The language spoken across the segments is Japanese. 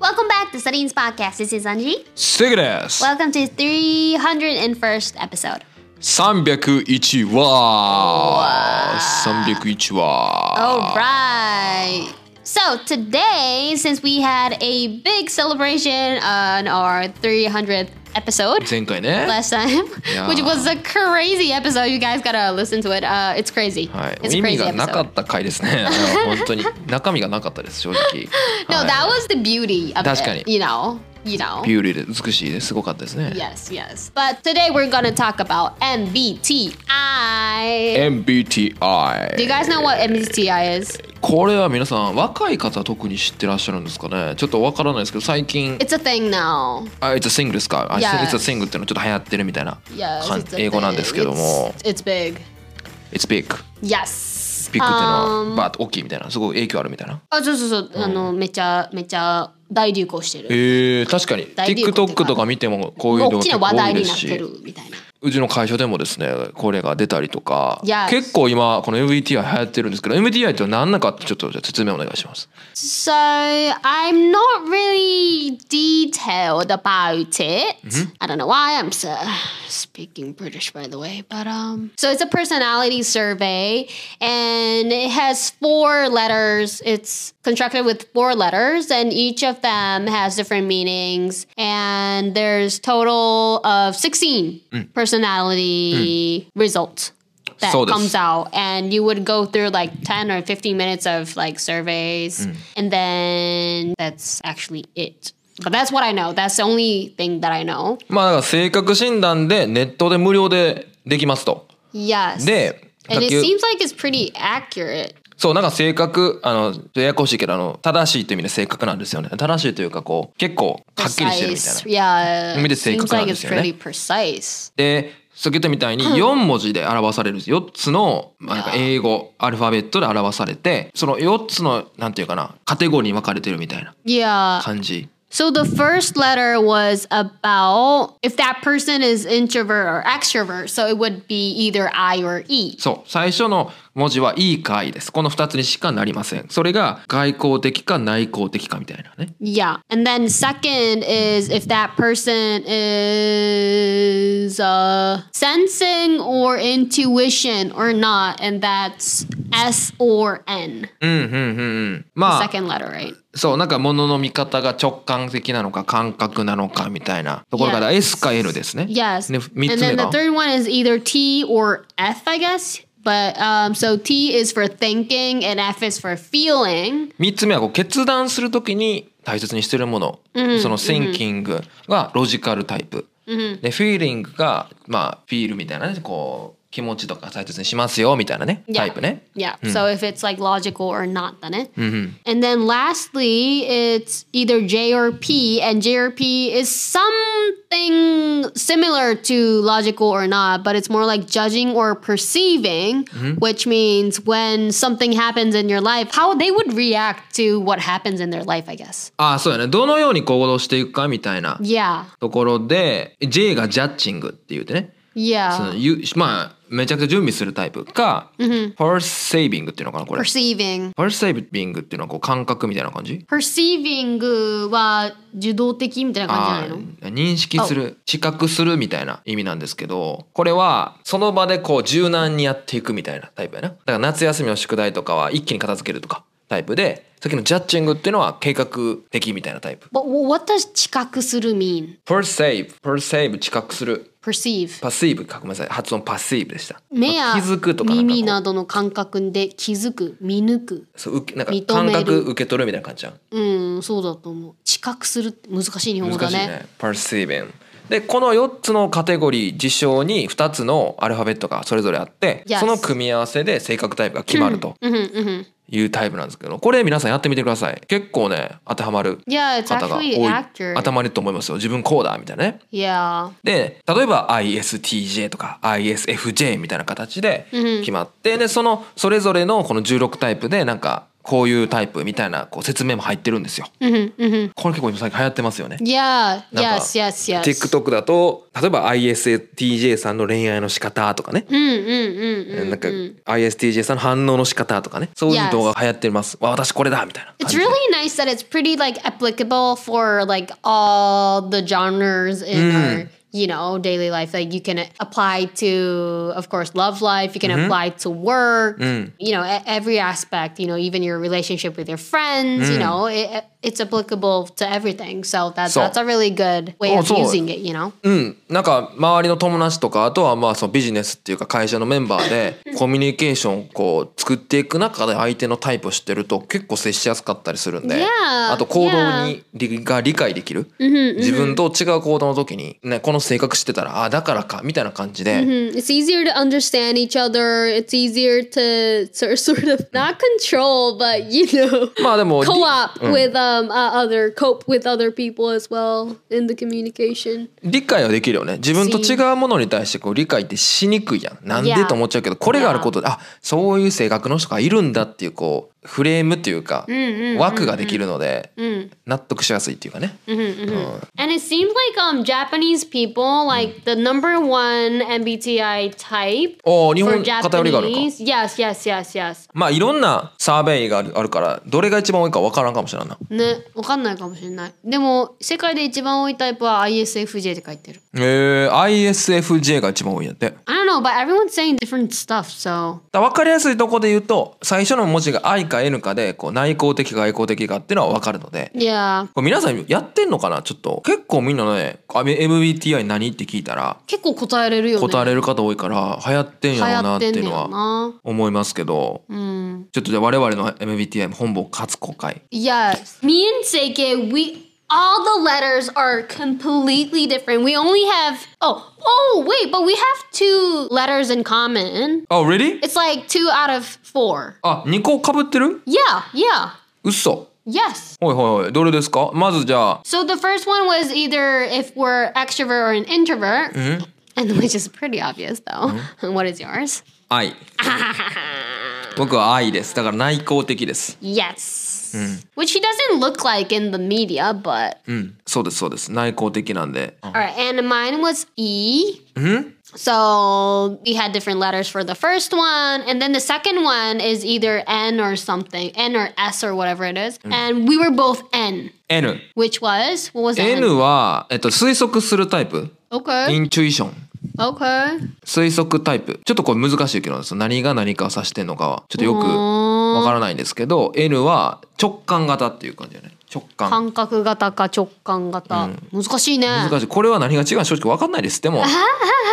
Welcome back to Studying's podcast. This is Anji. セグです。 Welcome to 301st episode. 301話。301話。 All right. So today, since we had a big celebration on our 300th episode, 前回ね。 last time, Yeah. which was a crazy episode. You guys gotta listen to it. Uh, it's crazy. はい、 It's a 意味 crazy がなか episode. った回で すね。 本当に中身がなかったです正直。 No, はい that was the beauty of 確かに it. You know, you know. ビューティーで美しいですごかったですね。 Yes, yes. But today we're gonna talk about MBTI. Do you MBTI。 guys know what MBTI is? これは皆さん若い方特に知ってらっしゃるんですかね。ちょっとわからないですけど最近 It's a thing now. あ It's a thing ですか。あ Yes. It's a thing っていうのちょっと流行ってるみたいな Yes, 感 it's a 英語なん thing. ですけども It's, it's big. It's big。 Yes. ビッグっていうのは Um, バーッと大きいみたいなすごい影響あるみたいな。あ、そうそうそう。あの、めちゃめちゃ大流行してる。えー、確かに大流行っていうか TikTok とか見てもこういう大動画き結な構話多い題でにすなってるしみたいな。うちの会社でもですねこれが出たりとか Yes 結構今この MBTI 流行ってるんですけど MBTI って何なのかってちょっとじゃあ説明お願いします So I'm not really detailed about it. I don't know why I'm so, speaking British, by the way. But um, so it's a personality survey, and it has four letters. It's constructed with four letters, and each of them has different meanings. And there's total of sixteen personality results that So this- comes out and you would go through like 10 or 15 minutes of like surveys and then that's actually it but that's what i know that's the only thing that i know まあだから性格診断でネットで無料でできますと yes で and さっ it き言う seems like it's pretty accurate そうなんか性格あのややこしいけどあの正しいという意味で性格なんですよね正しいというかこう結構はっきりしてるみたいな precise yeah 意味で seems like it's 正確なんですよね。 pretty precise でさっき言ったみたいに4文字で表される4つのまあなんか英語アルファベットで表されてその4つのなんていうかなカテゴリーに分かれてるみたいな yeah 感じ so the first letter was about if that person is introvert or extrovert so it would be either i or e そう最初の文字は「いいかい」ですこの2つにしかなりませんそれが外交的か内向的かみたいなね Yeah. And then second is if that person is uh sensing or intuition or not and that's S or N. うんうんうんうんまあ Second letter, right? そうなんか物の見方が直感的なのか感覚なのかみたいなところから Yes. S か L ですね Yes. And で3つ目 then the が third one is either T or F, I guess. But um so T is for thinking and F is for feeling. 3つ目はこう決断するときに大切にしてるもの、その thinking がロジカルタイプ、で feeling がまあ feel みたいなねこう気持ちとか大切にしますよみたいなね Yeah. タイプね Yeah. So if it's like logical or not, then it. And then lastly, it's either J or P, and J or P is something similar to logical or not, but it's more like judging or perceiving, which means when something happens in your life, how they would react to what happens in their life, I guess. ああそうやねどのように行動していくかみたいな Yeah. ところで J がジャッジングって言ってねそ Yeah. のゆまあめちゃくちゃ準備するタイプか、perceiving っていうのかなこれ Perceiving. perceiving っていうのはこう感覚みたいな感じ Perceiving uh, あは受動的みたいな感じじゃないのー認識する知覚するみたいな意味なんですけどこれはその場でこう柔軟にやっていくみたいなタイプやなだから夏休みの宿題とかは一気に片付けるとかタイプでさっきのジャッジングっていうのは計画的みたいなタイプ But what does 知覚する mean? perceive perceive 知覚する Perceive. パスイブごめんなさい発音パスイブでした目や気づくとかなんかこう耳などの感覚で気づく見抜くそう受けなんか認める感覚受け取るみたいな感じじゃんうんそうだと思う知覚するって難しい日本語だ難しいねね。perceiving。でこの4つのカテゴリー事象に2つのアルファベットがそれぞれあって Yes その組み合わせで性格タイプが決まるとうんうんうんいうタイプなんですけどこれ皆さんやってみてください結構ね当てはまる Yeah, it's 方が actually 多い accurate. 頭にいると思いますよ自分こうだみたいなね Yeah で例えば ISTJ とか ISFJ みたいな形で決まって、でそのそれぞれのこの16タイプでなんかこういうタイプみたいなこう説明も入ってるんですよ。 Mm-hmm, mm-hmm. これ結構今最近流行ってますよね。 Yeah. なんか Yes. Yes. Yes. TikTok だと例えば ISTJ さんの恋愛の仕方とかね、 Mm, mm, mm, mm, なんか mm. ISTJ さんの反応の仕方とかねそういう Yes. 動画流行ってます。わ私これだみたいな感 It's じで。 really nice that it's pretty like applicable for like all the genres in Mm. our you know daily life. Like you can apply to, of course, love life. You can Mm-hmm. apply to work. Mm. You know, e- every aspect. You know, even your relationship with your friends. You know, it, it's applicable to everything. So that Mm. So- that's a really good way Oh, of so- Mm. using it. You know. うん、なんか周りの友達とかあとはまあそのビジネスっていうか会社のメンバーでコミュニケーションをこう作っていく中で相手のタイプを知ってると結構接しやすかったりするんで Yeah, あと行動に理が理解できる自分と違う行動の時に、ね、この性格知ってたらああだからかみたいな感じで Mm, It's easier to understand each other. It's easier to sort sort of not control, but you know. まあでも co-op with um uh, other cope with other people as well in the communication 理解はできるよね自分と違うものに対してこう理解ってしにくいやんなんで Yeah. と思っちゃうけどこれがあることであそういう性格の人がいるんだっていうこうフレームっていうか枠ができるので納得しやすいっていうかね and it seems like um japanese people like the number one mbti type おー日 for 本偏りがあるか japanese yes yes yes yes まあいろんなサーベイがあるあるからどれが一番多いかわからんかもしれんなねわかんないかもしれないでも世界で一番多いタイプは ISFJ って書いてるえー、ISFJ が一番多いんやってだか I don't know but everyone's saying different stuff so ら分かりやすいとこで言うと最初の文字が I か N かでこう内向的か外向的かっていうのは分かるので yeah これ皆さんやってんのかなちょっと結構みんなねあ MBTI 何って聞いたら結構答えれるよね答えれる方多いから流行ってん流やろう行なっっててんいねうやろのはな思いますけどうんちょっとじゃあ我々の MBTI 本部初公開 Yes. Me and Seike, we all the letters are completely different. We only have oh oh wait, but we have two letters in common. あ、really? It's like two out of four. あ2個かぶってる Yeah, yeah. 嘘 Yes. はいはいはいどれですかまずじゃあ So the first one was either if we're extrovert or an introvert. And which is pretty obvious though. What is yours? 愛僕は愛ですだから内向的です、 Yes. Which he doesn't look like in the media, but うん、そうですそうです内向的なんで All right, and mine was E. Mm-hmm. So we had different letters for the first one, and then the second one is either N or something, N or S or whatever it is. Mm. And we were both N, N which was what was N? N は、えっと、推測するタイプ Okay, インチュイション okay. 推測タイプちょっとこれ難しいけどその何が何かを指してんのかはちょっとよく Oh, わからないんですけど N は直感型っていう感じだね直感感覚型か直感型、Mm. 難しいね。難しいこれは何が違うの正直わかんないです でも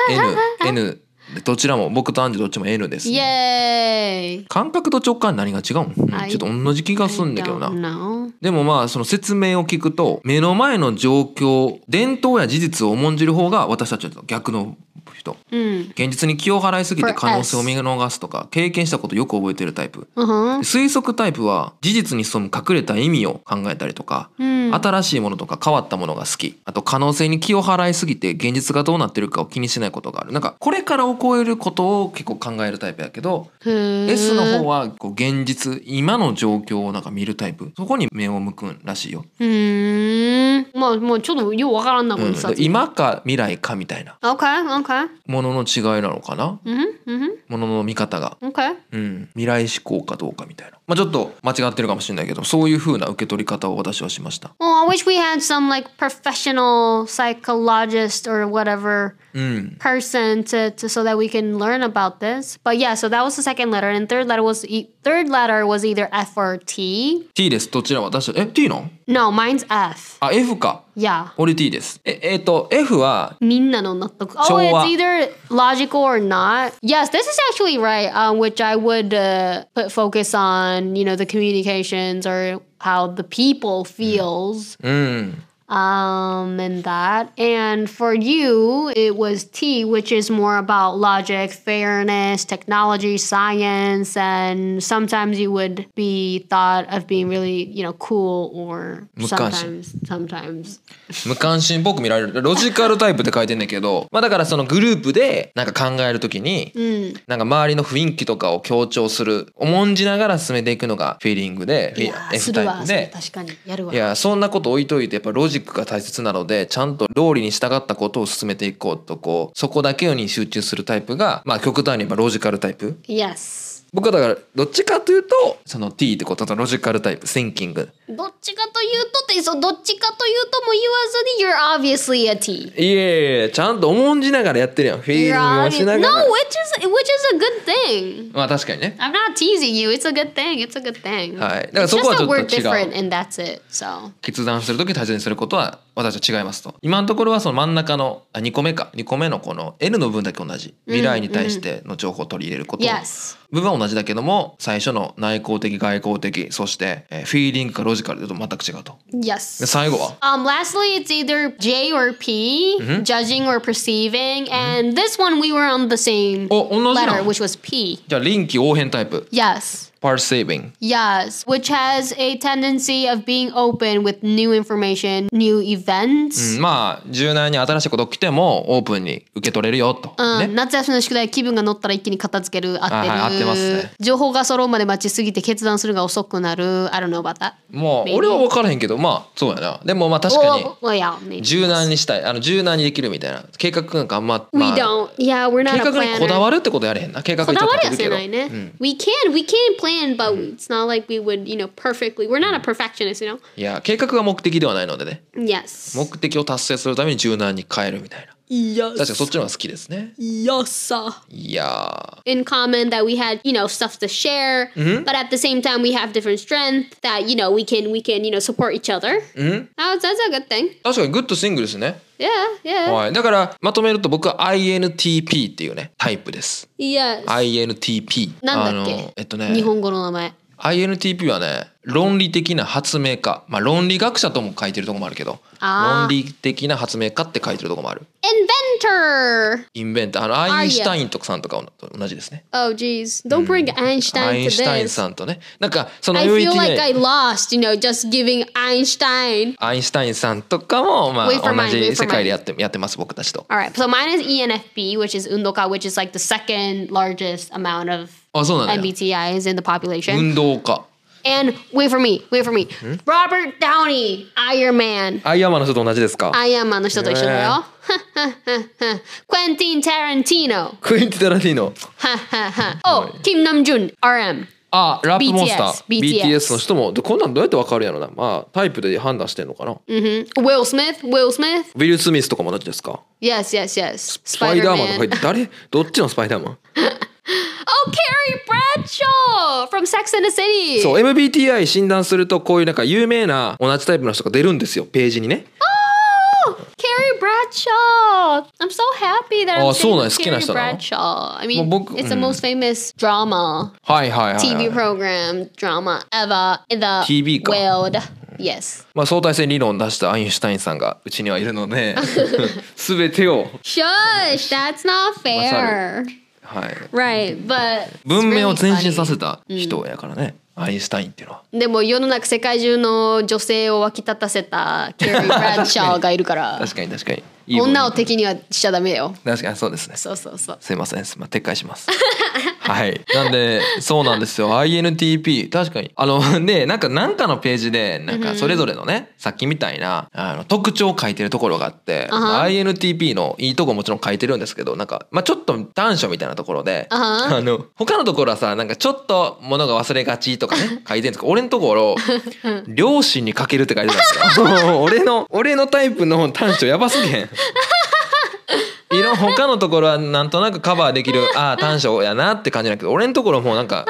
N N どちらも僕とアンジュどっちも N です、イエーイ。感覚と直感何が違うの、うんはいちょっと同じ気がすんだけどな No. でもまあその説明を聞くと目の前の状況伝統や事実を重んじる方が私たちと逆の人うん。現実に気を払いすぎて For 可能性を見逃すとか経験したことよく覚えてるタイプうんふん。推測タイプは事実に潜む隠れた意味を考えたりとか、うん新しいものとか変わったものが好きあと可能性に気を払いすぎて現実がどうなってるかを気にしないことがあるなんかこれからを超えることを結構考えるタイプやけどへー S の方はこう現実今の状況をなんか見るタイプそこに目を向くんらしいよ、うーん。まあ Hmm. もうちょっとようわからんなこうんのさ。今か未来かみたいな Okay, okay. ものの違いなのかなうんふん、うんものの見方が、ふん。Okay. うん、未来志向かどうかみたいなまあちょっと間違ってるかもしれないけどそういう風な受け取り方を私はしました Oh, I wish we had some like professional psychologist or whatever うん。 person to, to so that we can learn about this. But yeah, so that was the second letter, and third letter was e- third letter was either F or T. T です。どちらも私たえ T なん？ No, mine's F. あ F か。 Yeah. 俺 T です。ええっと F はみんなの納得. Oh, 調和。 it's either logical or not. Yes, this is actually right. Um, which I would uh, put focus on, you know, the communications or how the people feels. うん um, and that. And for you, it was T, which is more about logic, fairness, technology, science, and sometimes you would be thought of being really, you know, cool or Mukashi. sometimes, sometimes 無関心っぽく見られるロジカルタイプって書いてんねんけど、まあ、だからそのグループでなんか考えるときに、なんか周りの雰囲気とかを強調する重んじながら進めていくのがフィーリングでフィいやする F タイわプそれで。確かにやるわいやそんなこと置いといてやっぱロジックが大切なのでちゃんと道理に従ったことを進めていこうとこうそこだけに集中するタイプがまあ極端に言えばロジカルタイプ Yes 僕はだからどっちかというとその T ってこととロジカルタイプ thinking どっちかというとってそうどっちかというとも言わずに You're obviously a T いやいやちゃんと重んじながらやってるやんフィーリン You're グを obvi- しな No which がら is, which is a good thing まあ確かにね I'm not teasing you it's a good thing it's a good thing はいだから It's そこは just ちょ that っと we're 違う different and that's it so 決断する時大切にすることは私は違いますと今のところはその真ん中のあ2個目か2個目のこの N の分だけ同じ未来に対しての情報を取り入れること Yes 部分は同じだけども最初の内向的外向的そして、えーフィーリングかロジカルでと全く違うとで Yes 最後は Um, lastly, it's either J or P, Mm-hmm. judging or perceiving, and this one we were on the same お Oh, 同じな letter, の which was P. じゃあ臨機応変タイプ Yes. パーセービング Yes, which has a tendency of being open with new information, new events. うんまあ柔軟に新しいこと来てもオープンに受け取れるよと、うんね Um, 夏休みの宿題気分が乗ったら一気に片付ける合ってる、はい合ってますね情報が揃うまで待ちすぎて決断するが遅くなる I don't know about that もう Maybe. 俺は分からへんけどまあそうやなでもまあ確かに Oh, well, yeah, maybe. 柔軟にしたいあの柔軟にできるみたいな計画なんかあんま、 We まあ don't yeah we're 計 not a 画にこだ planner わるってことやれへんな計画こ一だ応わり立はてせるないけど、ね、We can we can plan but Mm. it's not like we would you know perfectly we're not a perfectionist you know いや計画が目的ではないのでね Yes 目的を達成するために柔軟に変えるみたいな Yes 確かにそっちの方が好きですね Yes いや in common that we had you know stuff to share but at the same time we have different strength that you know we can we can you know support each other mm that's, that's a good thing ー確かにグッドシングルですね、 yeah yeah はい、だからまとめると僕は INTP っていうねタイプです yes INTP なんだっけあのえっとね日本語の名前 INTP はね論理的な発明家、まあ、論理学者とも書いてるとこもあるけどあー論理的な発明家って書いてるとこもある inventor インベンターあのやアインシュタインとかさんとかと同じですね oh geez don't bring Einstein アイ to ンシュタイン this さんとねなんかその I 唯一 feel に like I lost you know just giving Einstein アインシュタインさんとかも、まあ、 Wait for mine, 同 wait for じ世界でやってやってます僕たちと all right so mine is E ENFP which is Undoka which is like the second largest amount of あそうなんだ MBTIs in the population 運動家 And wait for me, wait for me. Robert Downey, Iron Man. アイアンマンの人と同じですか I am あの人と一緒だよ。Quentin Tarantino. クインティ・タラティーノ oh, Kim Namjoon, RM. あラップモンスター BTS BTS, の人もでこんなんどうやってわかるやろなまあタイプで判断してんのかな、Hmm? Will Smith, Will Smith. ウィル・スミスとかも同じですか Yes, yes, yes. スパイダーマンとか Spider-Man. 言って誰どっちのスパイダーマン Oh, Carrie Bradshaw from Sex and the City. そう MBTI 診断するとこういうなんか有名な同じタイプの人が出るんですよページにね oh, Carrie Bradshaw. I'm so happy that I'm あ、 saying そうなんや。 Carrie 好きな人なの？ Bradshaw. I mean, もう僕、 it's the うん。 most famous drama. はいはいはい、はい TV program drama ever in the TV か world. Yes. まあ、相対性理論を出したアインシュタインさんがうちにはいる ので全てを、 Shush, that's not fair. はい、 Right, but 文明を前進させ It's た人やからね、アインシュタインっていうのは really funny. でも世の中世界中の女性を沸き立たせたケリ ー・ブラッシャーがいるから確かに確かにいい文明女を敵にはしちゃダメよ。確かにそうですねそうそうそう。すいません、すいません撤回します。 はい、なんでそうなんですよ INTP 確かにあの でなんかなんかのページでなんかそれぞれのね、さっきみたいなあの特徴を書いてるところがあって、あは INTP のいいとこもちろん書いてるんですけどなんか、まあ、ちょっと短所みたいなところで、あは あの他のところはさなんかちょっと物が忘れがちとかね書いてるんですけど俺のところ「両親にかける」って書いてたんですよ。 俺の俺のタイプの短所やばすぎへん。いろ他のところはなんとなくカバーできるああ短所やなって感じだけど俺のところもうなんか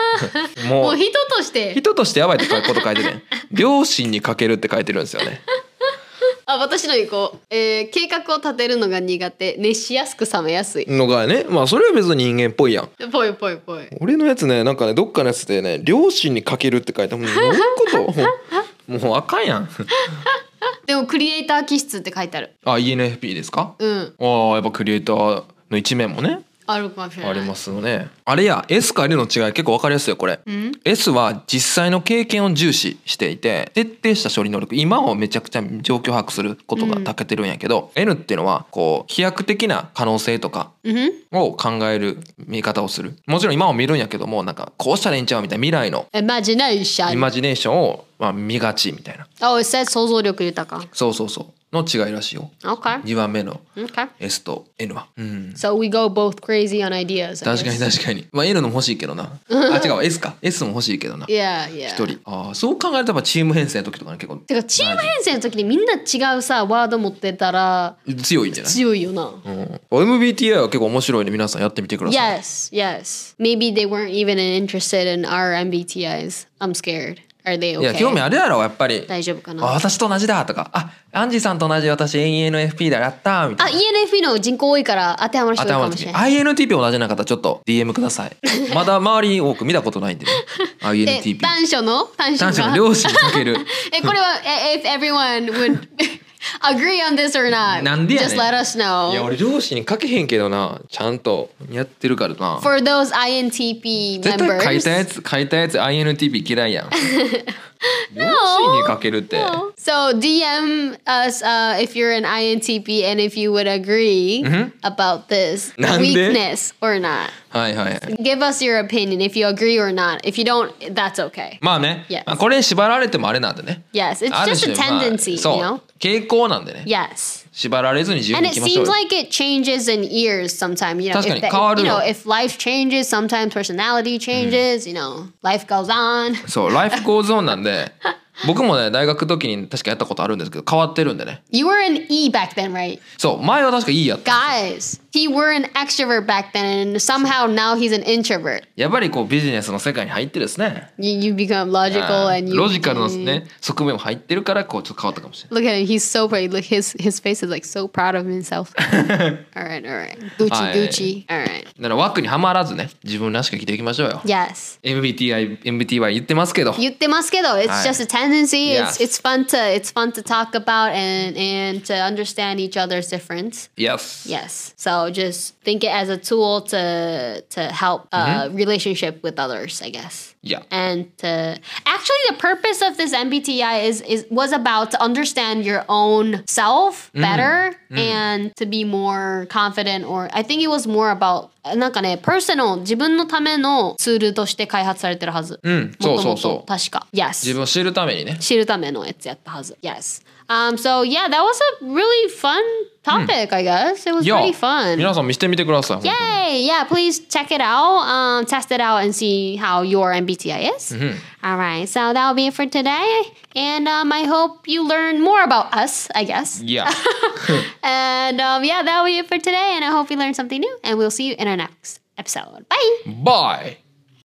ももうう人として人としてやばいってこと書いてるね両親にかけるって書いてるんですよねあ私のにこう、えー計画を立てるのが苦手熱しやすく冷めやすい。のがねまあそれは別に人間っぽいやんぽいぽいぽい。俺のやつねなんかねどっかのやつでね両親にかけるって書いてもうどういうこともうあかんやんでもクリエイター気質って書いてあるあ ENFP ですかうんあーやっぱクリエイターの一面もねあるかもしれないありますよねあれや S か L の違い結構分かりやすいよこれ、うん S は実際の経験を重視していて徹底した処理能力今をめちゃくちゃ状況把握することが長けてるんやけど、N っていうのはこう飛躍的な可能性とかうんふんを考える見方をするもちろん今を見るんやけどもなんかこうしたらいいんちゃうみたいな未来のイマジネーシイョンマジネーションをまあ見がちみたいな Oh it says 想像力豊かそうそうそうの違いらしいよ Okay 2番目の Okay S と N はうん So we go both crazy on ideas I 確かに guess. 確かにまあ N のも欲しいけ どなあ違うわ S か S も欲しいけどな Yeah yeah 一人あーそう考えるとやっぱチーム編成の時とかね結構てかチーム編成の時にみんな違うさワード持ってたら強いんじゃない、強いよなうん、MBTI は結構面白いんで皆さんやってみてください Yes, yes. Maybe they weren't even interested in our MBTIs. I'm scared. Are they い okay? や興味あるやろやっぱり大丈夫かなあ私と同じだとかあアンジーさんと同じ私 ENFP だやったーみたいなあ、ENFP の人口多いから当てはまる人多いかもしれない。 INTP 同じな方ちょっと DM くださいまだ周りに多く見たことな いんでね INTP で、短所の短所男子がの両親にかける え、これは、え if everyone would agree on this or not, なんでやねん just let us いや know. 俺両親にかけへんけどなちゃんとやってるからな For those INTP 絶対書いたや members. つ書いたやつ INTP 嫌い やん両 No. 親にかけるって No. So DM us uh, if you're an INTP and if you would agree about this なんで？ weakness or not. はいはいはい Give us your opinion if you agree or not. If you don't, that's okay. まあね Yes. まあこれに縛られてもあれなんでね Yes, it's ある just 種 a tendency, まあ you そ know? う傾向なんでね Yes. 縛られずに自由 And にい it きましょう seems よ like it changes in years sometimes. You know, 確かに、 if that- 変わるよ。 you know, if life changes, sometimes personality changes, you know, life goes on. そうライフゴーズオンなんで僕もね大学の時に確かやったことあるんですけど変わってるんでね You were an E back then, right? そう前は確かいいやった。 Guys, he were an extrovert back then and somehow now he's an introvert. やっぱりこうビジネスの世界に入ってですね。 You, you become logical あ and ー you ロジカルの became- ね側面も入ってるからこうちょっと変わったかもしれ Look at him. He's so proud. Look, his his face is like so proud of himself. all right, all right. Gucci, Hi. Gucci. All right. ない。だから枠にはまらずね自分らしく生きていきましょうよ。 Yes. MBTI MBTI 言ってますけど。言ってますけど, it's Hi. just a tendency. Yes. It's it's fun to it's fun to talk about and and to understand each other's difference. Yes。 Yes. So just think it as a tool to to help uh, relationship with others, I guess. Mm-hmm. Yeah. And to actually the purpose of this MBTI is is was about to understand your own self Mm-hmm. better and to be more confident or I think it was more about なんかね、パーソナル自分のためのツールとして開発されてるはず。うんそうそうそう確か。Yes. 自分を知るためにね。知るためのやつやったはず。Yes. Um, so yeah, that was a really fun topic, I guess. It was いや pretty fun. 皆さん見してみてください。 Yay! Yeah, please check it out. Um, test it out and see how your MBTI is. All right, so that'll be it for today. And um, I hope you learn more about us, I guess. いや。 And um, yeah, that'll be it for today. And I hope you learned something new. And we'll see you in our next episode. Bye! Bye!